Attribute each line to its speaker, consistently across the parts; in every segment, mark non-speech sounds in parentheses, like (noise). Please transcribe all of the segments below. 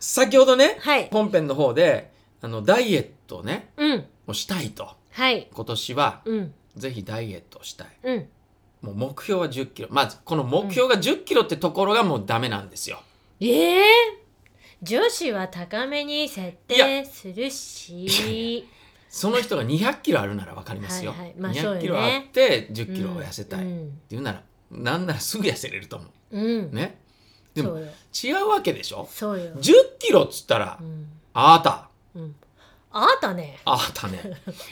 Speaker 1: 先ほどね、
Speaker 2: はい
Speaker 1: 本編の方であのダイエットをね
Speaker 2: うん
Speaker 1: もうしたいと
Speaker 2: はい
Speaker 1: 今年は
Speaker 2: うん
Speaker 1: ぜひダイエットをしたい
Speaker 2: うん
Speaker 1: もう目標は1 0キロまずこの目標が1 0キロってところがもうダメなんですよ、
Speaker 2: ええ女子は高めに設定するし
Speaker 1: その人が2 0 0キロあるならわかりますよ、
Speaker 2: はいはいまあ
Speaker 1: 2
Speaker 2: そう
Speaker 1: 0 0
Speaker 2: よね
Speaker 1: キロあって1 0キロを痩せたい、
Speaker 2: う
Speaker 1: って
Speaker 2: ん
Speaker 1: いうならなんならすぐ痩せれると思
Speaker 2: うん
Speaker 1: うねで
Speaker 2: そ
Speaker 1: も
Speaker 2: うよ
Speaker 1: 違うわけでしょ
Speaker 2: そうよ
Speaker 1: 1 0キロっつったら、
Speaker 2: うん
Speaker 1: あなた
Speaker 2: うんあなたね
Speaker 1: あな
Speaker 2: (laughs)
Speaker 1: たね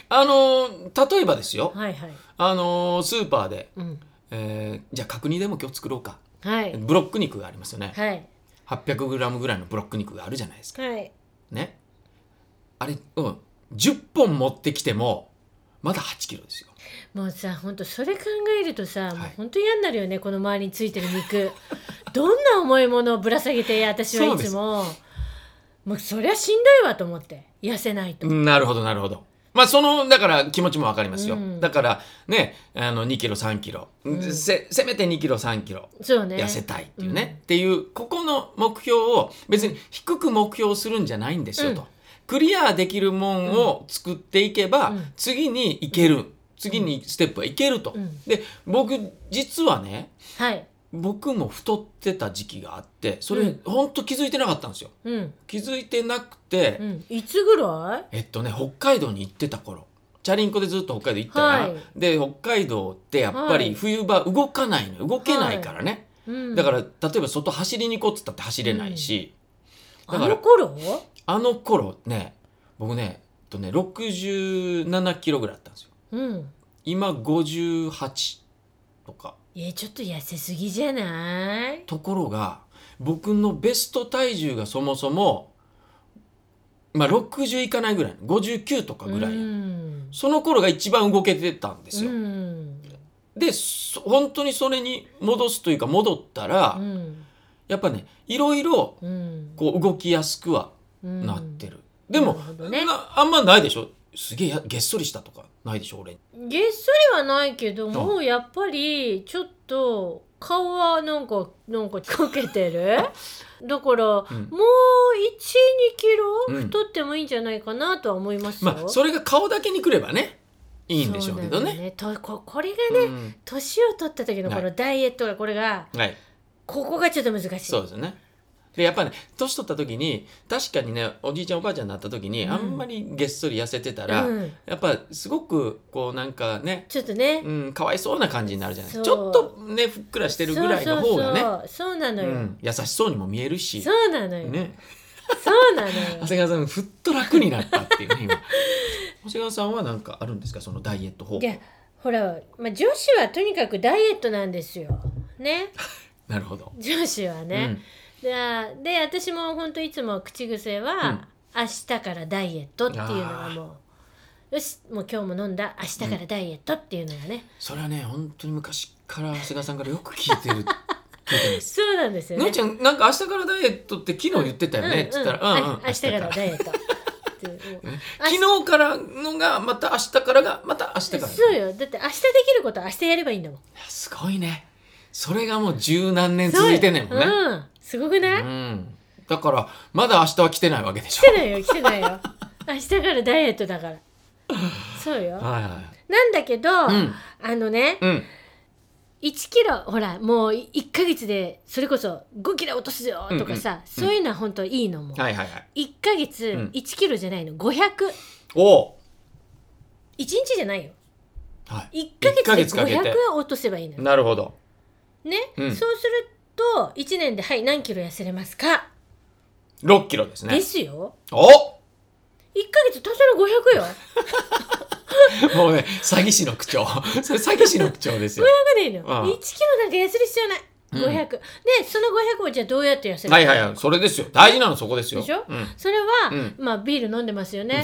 Speaker 1: あのー例えばですよ
Speaker 2: はいはい
Speaker 1: あのースーパーで、
Speaker 2: うん
Speaker 1: えーじゃあ角煮でも今日作ろうか
Speaker 2: はい
Speaker 1: ブロック肉がありますよね
Speaker 2: はい
Speaker 1: 8 0 0ムぐらいのブロック肉があるじゃないですか
Speaker 2: はい
Speaker 1: ねあれうん10本持ってきてもまだ8キロですよ
Speaker 2: もうさ本当それ考えるとさ、
Speaker 1: い
Speaker 2: もう本当嫌になるよねこの周りについてる肉 (laughs) どんな重いものをぶら下げて私はいつももうそりゃしんどいわと思って痩せないと、
Speaker 1: なるほどなるほどまあそのだから気持ちもわかりますよ、
Speaker 2: うん
Speaker 1: だからねあの2キロ3キロ、
Speaker 2: うん
Speaker 1: せせめて2キロ3キロ
Speaker 2: そうね
Speaker 1: 痩せたいっていうね、っていうここの目標を別に低く目標するんじゃないんですよと、
Speaker 2: うん
Speaker 1: クリアできるもんを作っていけば、
Speaker 2: うん
Speaker 1: 次にいける、次にステップはいけると、
Speaker 2: うん
Speaker 1: で僕実はね
Speaker 2: はい
Speaker 1: 僕も太ってた時期があってそれ、
Speaker 2: うん
Speaker 1: ほんと気づいてなかったんですよ
Speaker 2: うん
Speaker 1: 気づいてなくて、
Speaker 2: うんいつぐら
Speaker 1: えっとね北海道に行ってた頃チャリンコでずっと北海道行ったら、
Speaker 2: はい
Speaker 1: で北海道ってやっぱ
Speaker 2: は
Speaker 1: り
Speaker 2: い
Speaker 1: 冬場動かないのよ動けないからね、
Speaker 2: い、うん、
Speaker 1: だから例えば外走りに行こうっつったって走れないし、
Speaker 2: あ
Speaker 1: だから
Speaker 2: の頃
Speaker 1: あの頃ね僕ねえっとね67キロぐらいあったんですよ
Speaker 2: うん
Speaker 1: 今58とか
Speaker 2: えちょっと痩せすぎじゃない
Speaker 1: ところが僕のベスト体重がそもそもまあ60いかないぐらい59とかぐらい、
Speaker 2: うん
Speaker 1: その頃が一番動けてたんですよ、
Speaker 2: うん
Speaker 1: でそ本当にそれに戻すというか戻ったら、
Speaker 2: うん
Speaker 1: やっぱねいろいろ
Speaker 2: うん
Speaker 1: こう動きやすくは
Speaker 2: うん
Speaker 1: なってる、でも
Speaker 2: なるほどね
Speaker 1: なあんまないでしょすげえやげっそりしたとかないでしょ俺
Speaker 2: げっそりはないけどもうやっぱりちょっと顔はなんかなんかこけて
Speaker 1: (laughs)
Speaker 2: るだから、もう
Speaker 1: うん
Speaker 2: 12キ
Speaker 1: う
Speaker 2: ロ
Speaker 1: ん
Speaker 2: 太ってもいいんじゃないかなとは思いますよ、
Speaker 1: まあそれが顔だけにくればねいいんでしょうけど
Speaker 2: そなの
Speaker 1: ね
Speaker 2: よとここれがね、年を取った時のこ
Speaker 1: は
Speaker 2: のダイエットがこれが
Speaker 1: うんはい
Speaker 2: ここがちょっと難しい
Speaker 1: そうですよねでやっぱね年取った時に確かにねおじいちゃんおばあちゃんになった時に、
Speaker 2: うん
Speaker 1: あんまりげっそり痩せてたら、
Speaker 2: うん、
Speaker 1: やっぱすごくこうなんかね
Speaker 2: ちょっとね、
Speaker 1: うん、かわいそうな感じになるじゃない
Speaker 2: そう
Speaker 1: ちょっとねふっくらしてるぐらいの方がね
Speaker 2: そうそうそうそうなの
Speaker 1: う
Speaker 2: よ、
Speaker 1: ん、優しそうにも見えるし、
Speaker 2: そうなのよ、
Speaker 1: ね、
Speaker 2: そうなのよ
Speaker 1: 長谷川さんふっと楽になったっていうね
Speaker 2: (laughs)
Speaker 1: 今長谷川さんは何かあるんですかそのダイエット方
Speaker 2: いや
Speaker 1: 法
Speaker 2: ほら、まあ、女子はとにかくダイエットなんですよね
Speaker 1: なるほど、
Speaker 2: 女子はね、でで私も本当いつも口癖は、明日からダイエットっていうのがもうよしもう今日も飲んだ明日からダイエットっていうのがね、
Speaker 1: うん、それはね本当に昔から長谷川さんからよく聞いてる聞いてます
Speaker 2: そうなんですよ
Speaker 1: の
Speaker 2: (laughs) ね
Speaker 1: りちゃんなんか明日からダイエットって昨日言ってたよねっつったら
Speaker 2: うん
Speaker 1: う
Speaker 2: うん
Speaker 1: んうん
Speaker 2: あ明日からダイエットっていう
Speaker 1: (laughs) 昨日からのがまた明日からがまた明日から
Speaker 2: そうよだって明日できることは明日やればいいんだもん
Speaker 1: すごいねそれがもう十何年続いてんねんもんね
Speaker 2: そうようんすごくない、
Speaker 1: うんだからまだ明日は来てないわけでし
Speaker 2: 来
Speaker 1: ょ
Speaker 2: てないよ来てないよ明日からダイエットだからそうよ
Speaker 1: はいは
Speaker 2: なんだけど、
Speaker 1: うん
Speaker 2: あのね
Speaker 1: いうん
Speaker 2: 1キロほらもう1ヶ月でそれこそ5キロ落とすよとかさ、そういうのは本当いいのも、
Speaker 1: はいはいはい
Speaker 2: 1ヶ月
Speaker 1: うん
Speaker 2: 1キロじゃないの5001
Speaker 1: おお
Speaker 2: 日じゃないよ
Speaker 1: は
Speaker 2: 1
Speaker 1: 一
Speaker 2: ヶ
Speaker 1: ヶ
Speaker 2: 月
Speaker 1: 月
Speaker 2: で
Speaker 1: かけて
Speaker 2: 500は落とせばいいの
Speaker 1: い
Speaker 2: よ、
Speaker 1: なるほど
Speaker 2: ね、
Speaker 1: うん
Speaker 2: そうすると1年ではい何キロ痩せれますか、
Speaker 1: 6キロですね
Speaker 2: ですよ
Speaker 1: お
Speaker 2: 1ヶ月足したら500よ
Speaker 1: もうね、詐欺師の口調。それ詐欺師の口調ですよ。
Speaker 2: 500でいいのよ
Speaker 1: ああ
Speaker 2: 1キロなんか痩せる必要ない500、でその500をじゃあどうやって痩せるか
Speaker 1: はいはいはい、それですよ。大事なのそこですよ。
Speaker 2: でしょ
Speaker 1: うん。
Speaker 2: それは、
Speaker 1: うん
Speaker 2: まあビール飲んでます
Speaker 1: (laughs)
Speaker 2: よね。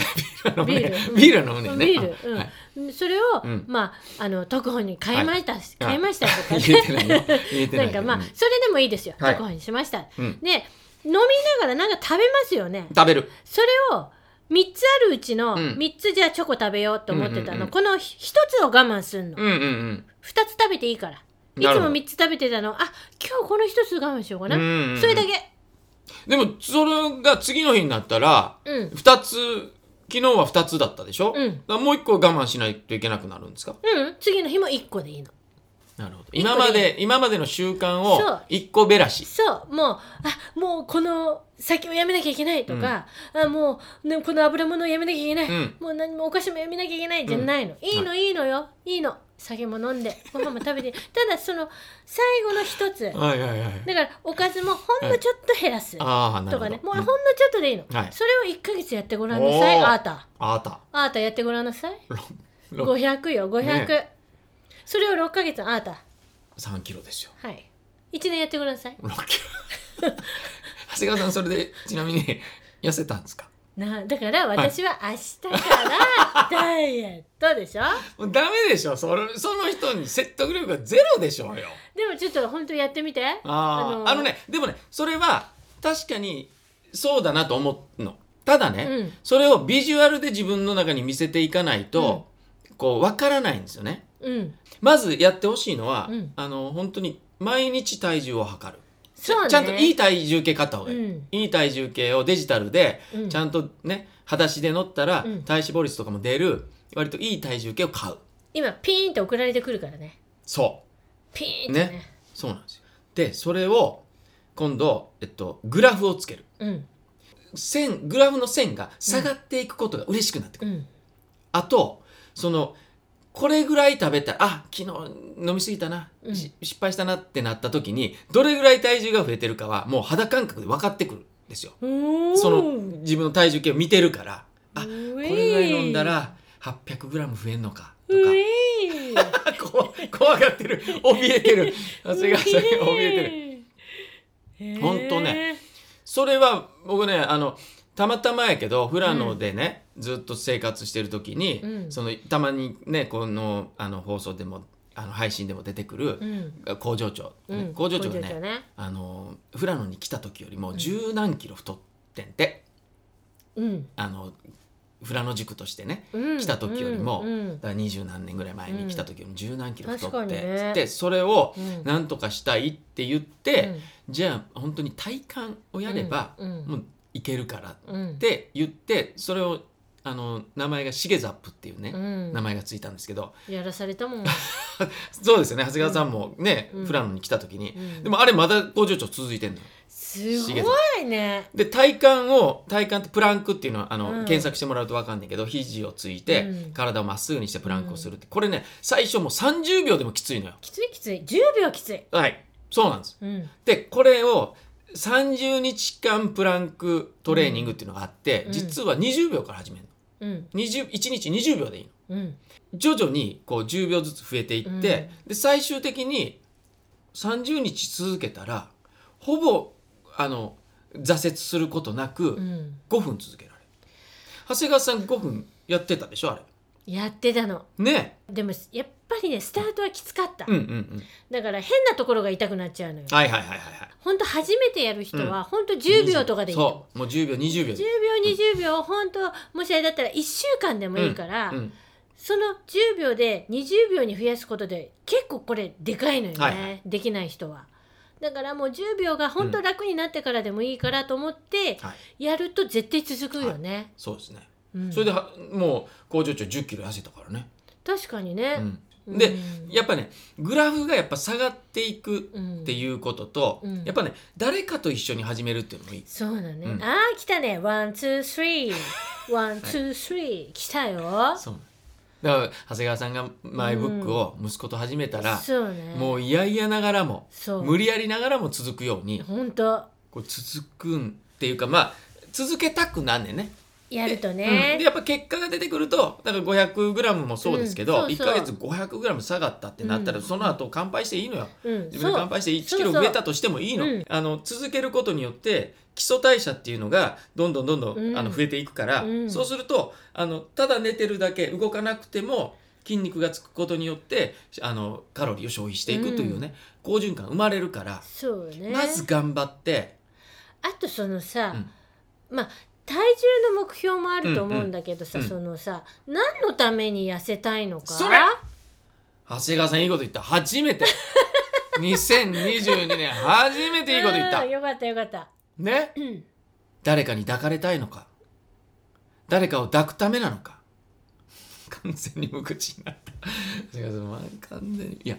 Speaker 1: ビ
Speaker 2: ビール
Speaker 1: ール。ビール飲むねんね。
Speaker 2: ビール、
Speaker 1: あ
Speaker 2: うん
Speaker 1: はい
Speaker 2: それを、
Speaker 1: うん
Speaker 2: まああの特報に変えました、
Speaker 1: あ
Speaker 2: 変えましたとか
Speaker 1: (laughs) 言えてないよ。言えてな
Speaker 2: ないん
Speaker 1: けど。
Speaker 2: かまあ
Speaker 1: うん
Speaker 2: それでもいいですよ、
Speaker 1: はい
Speaker 2: 特報にしました。
Speaker 1: うん
Speaker 2: で飲みながらなんか食べますよね。
Speaker 1: 食べる。
Speaker 2: それを3つあるうちの
Speaker 1: うん
Speaker 2: 3つじゃあチョコ食べようと思って
Speaker 1: うん
Speaker 2: たの、
Speaker 1: うんうん
Speaker 2: この1つを我慢すんの、
Speaker 1: うんうん
Speaker 2: 2つ食べていいからい
Speaker 1: な
Speaker 2: つ
Speaker 1: るほ
Speaker 2: も
Speaker 1: ど
Speaker 2: 3つ食べてたのあ今日この1つ我慢しようかな、
Speaker 1: うんうんうん
Speaker 2: それだけ
Speaker 1: でもそれが次の日になったら
Speaker 2: うん
Speaker 1: 2つ昨日は2つだったでしょ、
Speaker 2: うん
Speaker 1: だからもう1個我慢しないといけなくなるんですか
Speaker 2: うん次の日も1個でいいの
Speaker 1: なるほど
Speaker 2: 個で
Speaker 1: 今まで今までの習慣
Speaker 2: そ
Speaker 1: を
Speaker 2: う
Speaker 1: 1個べらし
Speaker 2: そうもうあもうこの先をやめなきゃいけないとか、あもう、ね、この油物をやめなきゃいけない、
Speaker 1: うん
Speaker 2: もう何もお菓子もやめなきゃいけないじゃないの、いいのいいのよいいの酒も飲んでご飯も食べ
Speaker 1: (laughs)
Speaker 2: てただその最後の一つ
Speaker 1: はいはいはい
Speaker 2: だからおかずもほんのちょっと減らす、
Speaker 1: ああなる
Speaker 2: と
Speaker 1: ほ
Speaker 2: か
Speaker 1: ど
Speaker 2: ねもうほん
Speaker 1: う
Speaker 2: の
Speaker 1: ん
Speaker 2: ちょっとでいいの、
Speaker 1: はい
Speaker 2: それを1か月やってごらんなさい
Speaker 1: おー
Speaker 2: あーた
Speaker 1: あった
Speaker 2: あーたやってごらんなさい
Speaker 1: ろ
Speaker 2: 500よ500、
Speaker 1: ね
Speaker 2: それを6か月あーた
Speaker 1: 3キロですよ
Speaker 2: はい1年やってごらんなさい
Speaker 1: 6キロ長谷川さんそれでちなみに痩せたんですか
Speaker 2: なだから私は明日からダイエット
Speaker 1: (laughs)
Speaker 2: でしょ、
Speaker 1: もうダメでしょそれその人に説得力がゼロでしょうよ
Speaker 2: でもちょっと本当やってみて
Speaker 1: あ
Speaker 2: の
Speaker 1: ーあのねでもねそれは確かにそうだなと思うのただね、
Speaker 2: うん
Speaker 1: それをビジュアルで自分の中に見せていかないと、こう分からないんですよね
Speaker 2: うん
Speaker 1: まずやってほしいのは、
Speaker 2: うん
Speaker 1: あの本当に毎日体重を測る
Speaker 2: そうね
Speaker 1: ちゃんといい体重計買った方がいい、
Speaker 2: うん
Speaker 1: いい体重計をデジタルで
Speaker 2: うん
Speaker 1: ちゃんとね裸足で乗ったら
Speaker 2: うん
Speaker 1: 体脂肪率とかも出る割といい体重計を買う
Speaker 2: 今ピーンと送られてくるからね
Speaker 1: そう
Speaker 2: ピーンとね
Speaker 1: ねそうなんですよでそれを今度、えっと、グラフをつける
Speaker 2: うん
Speaker 1: 線グラフの線が下がっていくことが嬉しくなってくる、
Speaker 2: うん
Speaker 1: あとそのこれぐらい食べたらあ昨日飲み過ぎたな、
Speaker 2: うん
Speaker 1: し失敗したなってなった時にどれぐらい体重が増えてるかはもう肌感覚で分かってくるんですよ
Speaker 2: おー
Speaker 1: その自分の体重計を見てるからあこ
Speaker 2: うえい
Speaker 1: れぐらい飲んだら 800g 増えんのかと (laughs)
Speaker 2: う
Speaker 1: か
Speaker 2: えい
Speaker 1: 怖怖がってる怯えてる長谷川さんが
Speaker 2: う
Speaker 1: 怯
Speaker 2: えい
Speaker 1: えてる
Speaker 2: へー
Speaker 1: ほんとねそれは僕ねあのたまたまやけど富良野でね、ずっと生活してる時に、
Speaker 2: うん
Speaker 1: そのたまにねこのあの放送でもあの配信でも出てくる
Speaker 2: うん
Speaker 1: 工場長、
Speaker 2: う
Speaker 1: ね
Speaker 2: ん
Speaker 1: 工場長が
Speaker 2: 工
Speaker 1: ねあの富良野に来た時よりも十何キロ太ってんて、
Speaker 2: うん
Speaker 1: あの富良野塾としてね
Speaker 2: うん
Speaker 1: 来た時よりも
Speaker 2: うんうん
Speaker 1: だから二十何年ぐらい前に来た時よりも十何キロ太って、
Speaker 2: 確かにね
Speaker 1: でそれを
Speaker 2: うん
Speaker 1: なんとかしたいって言って、じゃあ本当に体幹をやれば、
Speaker 2: うんうん
Speaker 1: もういけるから
Speaker 2: うん
Speaker 1: って言ってそれをあの名前がシゲザップっていうね、
Speaker 2: うん
Speaker 1: 名前がついたんですけど
Speaker 2: やらされたもん、
Speaker 1: そうですよね長谷川さんもね、
Speaker 2: うん
Speaker 1: 富良野に来た時に、
Speaker 2: うん
Speaker 1: でもあれまだ工場長続いてんのよ
Speaker 2: す
Speaker 1: しげ
Speaker 2: ごいね
Speaker 1: で体幹を体幹ってプランクっていうのはあの、
Speaker 2: うん
Speaker 1: 検索してもらうと分かんないけど肘をついて、
Speaker 2: うん
Speaker 1: 体をまっすぐにしてプランクをするってこれね最初もう30秒でもきついのよ
Speaker 2: きついきつい10秒きつい
Speaker 1: はいそうなんです
Speaker 2: うん
Speaker 1: でこれを30日間プランクトレーニングっていうのがあって、
Speaker 2: うん
Speaker 1: 実は20秒から始めるの
Speaker 2: うん
Speaker 1: 20 1日20秒でいいの
Speaker 2: うん
Speaker 1: 徐々にこう10秒ずつ増えていって、
Speaker 2: うん
Speaker 1: で最終的に30日続けたらほぼあの挫折することなく
Speaker 2: うん
Speaker 1: 5分続けられる、長谷川さん5分やってたでしょあれ
Speaker 2: やってたの
Speaker 1: ね
Speaker 2: でもやっぱりねスタートはきつかった、
Speaker 1: うんうんうん
Speaker 2: だから変なところが痛くなっちゃうのよ
Speaker 1: はいはいはいはいはい
Speaker 2: ほんと初めてやる人はほんと10秒とかでいいの、
Speaker 1: そうもう10秒20秒
Speaker 2: 10秒20秒ほんともしあれだったら1週間でもいいから、
Speaker 1: うん
Speaker 2: その10秒で20秒に増やすことで結構これでかいのよね、
Speaker 1: はいはい
Speaker 2: できない人はだからもう10秒が本当楽になってからでもいいからと思って
Speaker 1: はい
Speaker 2: やると絶対続くよね、
Speaker 1: そうですね、
Speaker 2: うん
Speaker 1: それではもう工場長1 0キロ痩せたからね、
Speaker 2: 確かにね、
Speaker 1: うん、で、
Speaker 2: うん
Speaker 1: やっぱねグラフがやっぱ下がっていく
Speaker 2: うん
Speaker 1: っていうことと、
Speaker 2: うん
Speaker 1: やっぱね誰かと一緒に始めるっていうのもいい
Speaker 2: そうだね、
Speaker 1: うん
Speaker 2: ああ来たねワンツースリーワンツースリー来たよ
Speaker 1: そうだから長谷川さんがマイブックを息子と始めたら、
Speaker 2: そうね
Speaker 1: もう嫌々ながらも
Speaker 2: そう
Speaker 1: 無理やりながらも続くように
Speaker 2: 本当
Speaker 1: こう続くんっていうかまあ続けたくなんねんね、
Speaker 2: やると
Speaker 1: うん
Speaker 2: ね
Speaker 1: でやっぱ結果が出てくるとだから 500g もそうですけど、
Speaker 2: うん
Speaker 1: 一
Speaker 2: そうそう
Speaker 1: 1ヶ月 500g 下がったってなったら、
Speaker 2: うん
Speaker 1: その後乾杯していいのよ、
Speaker 2: うん
Speaker 1: 自分で乾杯して1キロ
Speaker 2: そう
Speaker 1: 増えたとしてもいいの,、
Speaker 2: うん
Speaker 1: あの続けることによって基礎代謝っていうのがどんどんどんどん、
Speaker 2: うん
Speaker 1: あの増えていくから、
Speaker 2: うん
Speaker 1: そうするとあのただ寝てるだけ動かなくても筋肉がつくことによってあのカロリーを消費していくというね、好循環生まれるから、
Speaker 2: そうね
Speaker 1: まず頑張って、
Speaker 2: あとそのさ、
Speaker 1: うん
Speaker 2: まあ体重の目標もあると思うんだけどさ、
Speaker 1: うんうん
Speaker 2: そのさ何のために痩せたいのか
Speaker 1: それ長谷川さんいいこと言った
Speaker 2: (laughs)
Speaker 1: 初めて2022年初めていいこと言った
Speaker 2: うんよかったよかった (clears throat)
Speaker 1: ね
Speaker 2: うん
Speaker 1: 誰かに抱かれたいのか誰かを抱くためなのか (laughs) 完全に無口になった (laughs) すいませんまあ完全にいや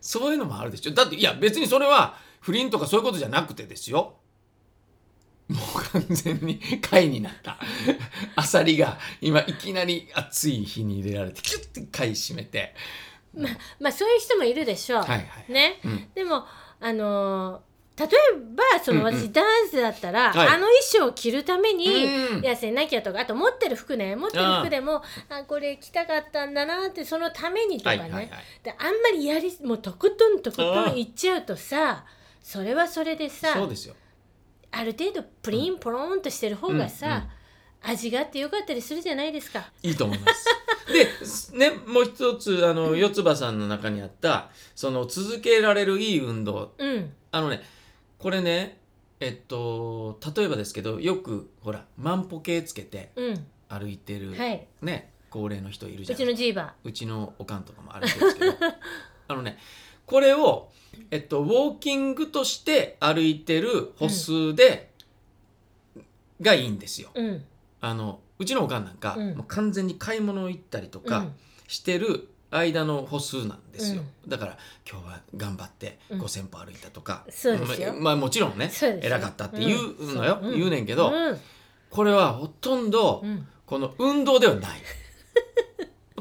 Speaker 1: そういうのもあるでしょだっていや別にそれは不倫とかそういうことじゃなくてですよもう完全に貝になった (laughs) アサリが今いきなり暑い日に入れられてキュッて貝締めて
Speaker 2: まあそういう人もいるでしょう、
Speaker 1: はいはい、
Speaker 2: ね
Speaker 1: うん、
Speaker 2: でもあのー例えばその
Speaker 1: うんうん
Speaker 2: 私ダンスだったら、
Speaker 1: はい
Speaker 2: あの衣装を着るために
Speaker 1: うん
Speaker 2: 痩せなきゃとかあと持ってる服ね持ってる服でもあこれ着たかったんだなってそのためにとか
Speaker 1: はい
Speaker 2: ね、
Speaker 1: はいはい
Speaker 2: であんまりやりもうとことんとこと
Speaker 1: うん
Speaker 2: んいっちゃうとさそれはそれでさ
Speaker 1: そうですよ
Speaker 2: ある程度プリンポロンとしてる方がさ、
Speaker 1: うんうん
Speaker 2: 味があってよかったりするじゃないですか。
Speaker 1: いいと思います。ですね、もう一つあの四つ葉さんの中にあったその続けられるいい運動
Speaker 2: うん、
Speaker 1: あのねこれねえっと例えばですけどよくほら万歩計つけて
Speaker 2: うん、
Speaker 1: 歩いてる、
Speaker 2: はい。
Speaker 1: ね高齢の人いるじ
Speaker 2: う
Speaker 1: ゃな
Speaker 2: ち
Speaker 1: い
Speaker 2: のジーバ
Speaker 1: うちのおかんとかも歩いてるんですけどあのねこれを、えっと、ウォーキングとして歩いてる歩数で、がいいんですよ。
Speaker 2: ー。うん、
Speaker 1: あのうちのおかんなんか、
Speaker 2: うん
Speaker 1: もう完全に買い物行ったりとか、
Speaker 2: うん
Speaker 1: してる間の歩数なんですよ、
Speaker 2: う
Speaker 1: だから今日は頑張って
Speaker 2: うん
Speaker 1: 5,000歩歩いたとか、
Speaker 2: そうですよ
Speaker 1: ままあもちろんね
Speaker 2: そうですよ
Speaker 1: 偉かったって言うのよ、
Speaker 2: うん
Speaker 1: 言うねんけど、
Speaker 2: うん、
Speaker 1: これはほとんど
Speaker 2: うん、
Speaker 1: この運動ではない。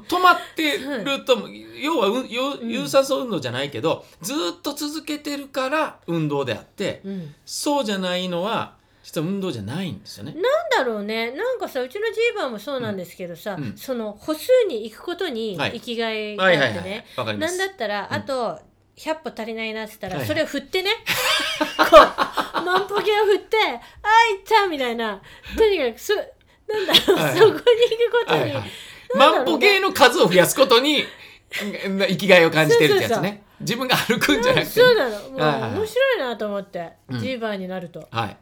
Speaker 1: 止まってると、
Speaker 2: (laughs)
Speaker 1: 要はうよ
Speaker 2: うん
Speaker 1: 有酸素運動じゃないけど、ずーっと続けてるから運動であって、
Speaker 2: うん。なん
Speaker 1: そうじゃないのは実は運動じゃないんですよね。
Speaker 2: だろうね。なんかさ、うちのジーバーもそうなんですけどさ、
Speaker 1: うんうん
Speaker 2: その歩数に行くことに
Speaker 1: はい
Speaker 2: 生きがいがあっ
Speaker 1: はい
Speaker 2: てね。
Speaker 1: はいはい、わかりま
Speaker 2: なん
Speaker 1: す
Speaker 2: だ。ったら、
Speaker 1: うん
Speaker 2: あと100歩足りないなって言った
Speaker 1: はいは
Speaker 2: ら
Speaker 1: い
Speaker 2: それを振ってね、こう万歩計を振って「あいった!」みたいなとにかくそなんだろう、
Speaker 1: はいはい
Speaker 2: そこに行くことに、
Speaker 1: はいはい、
Speaker 2: なんだろうね
Speaker 1: 万歩計の数を増やすことにうん生きがいを感じてるってやつね自分が歩くんじゃなくて
Speaker 2: そうなのもう
Speaker 1: はいはいはい
Speaker 2: 面白いなと思って、
Speaker 1: うん
Speaker 2: ジーバーになると。
Speaker 1: はい、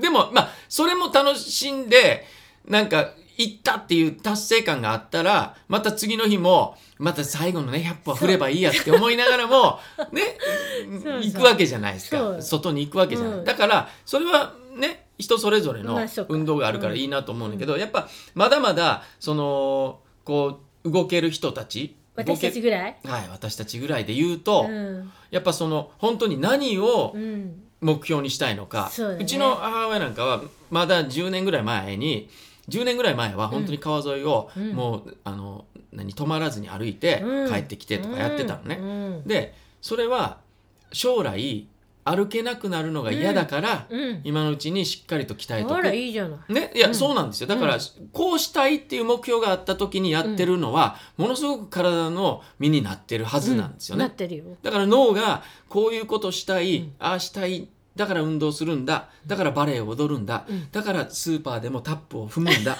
Speaker 1: でもまあそれも楽しんでなんか行ったっていう達成感があったらまた次の日もまた最後のね100歩は振ればいいやって思いながらもね
Speaker 2: そうそう
Speaker 1: 行くわけじゃないです
Speaker 2: そ
Speaker 1: か
Speaker 2: う
Speaker 1: 外に行くわけじゃない、
Speaker 2: うん
Speaker 1: だからそれはね人それぞれの
Speaker 2: まあそうか
Speaker 1: 運動があるからいいなと思うんだけど、やっぱまだまだそのこう動ける人たち動
Speaker 2: 私
Speaker 1: け
Speaker 2: たちぐらい、
Speaker 1: はい、私たちぐらいで言うと、
Speaker 2: うん
Speaker 1: やっぱその本当に何を
Speaker 2: うん、
Speaker 1: 目標にしたいのか、
Speaker 2: そうだね
Speaker 1: ちの母親なんかはまだ10年ぐらい前に10年ぐらい前は本当に川沿いを
Speaker 2: うん
Speaker 1: もう、あの何止まらずに歩いて
Speaker 2: うん
Speaker 1: 帰ってきてとかやってたのね。
Speaker 2: うん
Speaker 1: でそれは将来歩けなくなるのが嫌だから、
Speaker 2: うん
Speaker 1: 今のうちにしっかりと鍛えと
Speaker 2: あ
Speaker 1: く
Speaker 2: らいいじゃない。
Speaker 1: ね、いや、
Speaker 2: うん
Speaker 1: そうなんですよだから、
Speaker 2: うん
Speaker 1: こうしたいっていう目標があった時にやってるのは、ものすごく体の身になってるはずなんですよね、
Speaker 2: なってるよ。
Speaker 1: だから脳がこういうことしたい、
Speaker 2: うん
Speaker 1: ああしたいだから運動するんだだからバレエを踊るんだ、
Speaker 2: うん
Speaker 1: だからスーパーでもタップを踏む
Speaker 2: (laughs)
Speaker 1: んだっ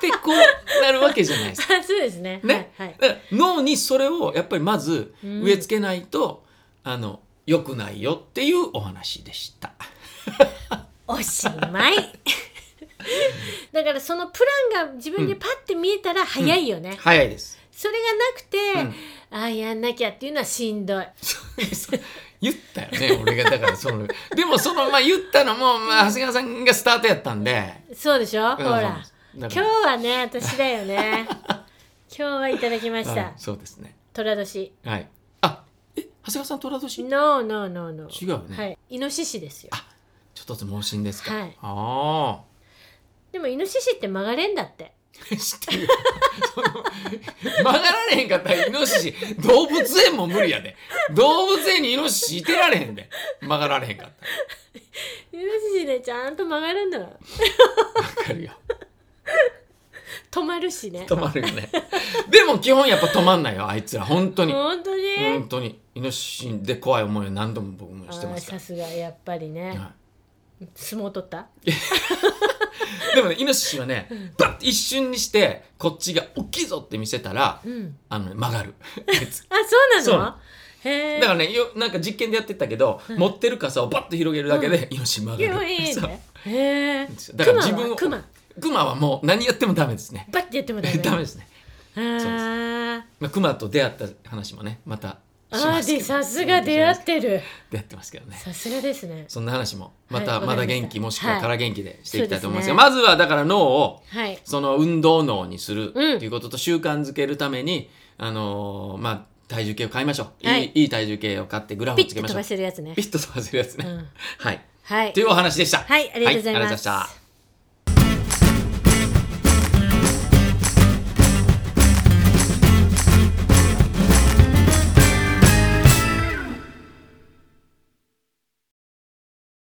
Speaker 1: てこうなるわけじゃないですか。
Speaker 2: あそうですね。
Speaker 1: ね
Speaker 2: はい、はい
Speaker 1: だから脳にそれをやっぱりまず
Speaker 2: うん
Speaker 1: 植え付けないと、あの良くないよっていうお話でした。
Speaker 2: おしまい (laughs) だからそのプランが自分でパッて見えたら早いよね、
Speaker 1: 早いです。 (laughs)
Speaker 2: それがなくて、ああやんなきゃっていうのはしんどい
Speaker 1: そう言ったよね俺がだからそのでもそのまあ言ったのも、まあ、長谷川さんがスタートやったんで
Speaker 2: そうでしょ、
Speaker 1: うん
Speaker 2: ほら
Speaker 1: だ
Speaker 2: 今
Speaker 1: か
Speaker 2: 日
Speaker 1: ら
Speaker 2: はね私だ
Speaker 1: (laughs)
Speaker 2: よね今日はいただきまし
Speaker 1: はい
Speaker 2: た
Speaker 1: そうですね
Speaker 2: 虎年
Speaker 1: はいあえ長谷川さん虎年
Speaker 2: No no no no
Speaker 1: 違うね、
Speaker 2: はいイノシシですよ
Speaker 1: あちょっとずつ盲信ですか、
Speaker 2: はい
Speaker 1: あ
Speaker 2: でもイノシシって曲がれんだって
Speaker 1: あ知ってる (laughs) よその曲がられへんかったらイノシシ動物園も無理やで動物園にイノシシいてられへんで曲がられへんかっ
Speaker 2: イノシシねちゃんと曲がるの
Speaker 1: たわかるよ
Speaker 2: 止まるしね
Speaker 1: 止まるよねでも基本やっぱ止まんないよあいつら本当に
Speaker 2: 本当に、
Speaker 1: 本当にイノシシで怖い思いを何度も僕もして
Speaker 2: あ
Speaker 1: ま
Speaker 2: あ
Speaker 1: すか
Speaker 2: さすがやっぱり
Speaker 1: ら、
Speaker 2: ね、
Speaker 1: は
Speaker 2: 相撲取った
Speaker 1: い、でもねイノシシはねバッて一瞬にしてこっちが大きいぞって見せたら
Speaker 2: うん
Speaker 1: あの、ね、曲がるあいつ
Speaker 2: あそうなの
Speaker 1: そうな
Speaker 2: へえ
Speaker 1: だからねよなんか実験でやってたけど、持ってる傘をバッと広げるだけで、イノシシ曲
Speaker 2: い
Speaker 1: が
Speaker 2: や
Speaker 1: る
Speaker 2: いい
Speaker 1: そう
Speaker 2: ねへえ
Speaker 1: だから自分を
Speaker 2: クマは
Speaker 1: クマはもう何やってもダメですね (laughs)
Speaker 2: クマバッてやってもダメ
Speaker 1: ダメですね、
Speaker 2: あー
Speaker 1: まあ、クマと出会った話もねまたし
Speaker 2: あ
Speaker 1: ま
Speaker 2: あ
Speaker 1: すけ
Speaker 2: で
Speaker 1: ど
Speaker 2: さすが出会
Speaker 1: そ
Speaker 2: っ
Speaker 1: う
Speaker 2: てる
Speaker 1: 出会ってますけどね
Speaker 2: さすがですね
Speaker 1: そんな話もま
Speaker 2: はい
Speaker 1: た、
Speaker 2: わかり
Speaker 1: ま
Speaker 2: ました
Speaker 1: だ元気もしくはから元気でしていきたいと思いますが、
Speaker 2: は
Speaker 1: まずはだから脳を
Speaker 2: はい
Speaker 1: その運動脳にするって
Speaker 2: うん
Speaker 1: いうことと習慣づけるために、あのーまあ体重計を買いましょう、
Speaker 2: は
Speaker 1: い、
Speaker 2: い
Speaker 1: いいい体重計を買ってグラフ
Speaker 2: ピ
Speaker 1: を
Speaker 2: ッ
Speaker 1: つ
Speaker 2: と
Speaker 1: けまし
Speaker 2: 飛
Speaker 1: ょう
Speaker 2: ばせるやつね
Speaker 1: ピッと飛ばせるやつね、
Speaker 2: うん
Speaker 1: はい
Speaker 2: はい
Speaker 1: というお話でした
Speaker 2: はいありがとうございます
Speaker 1: ありがとうございました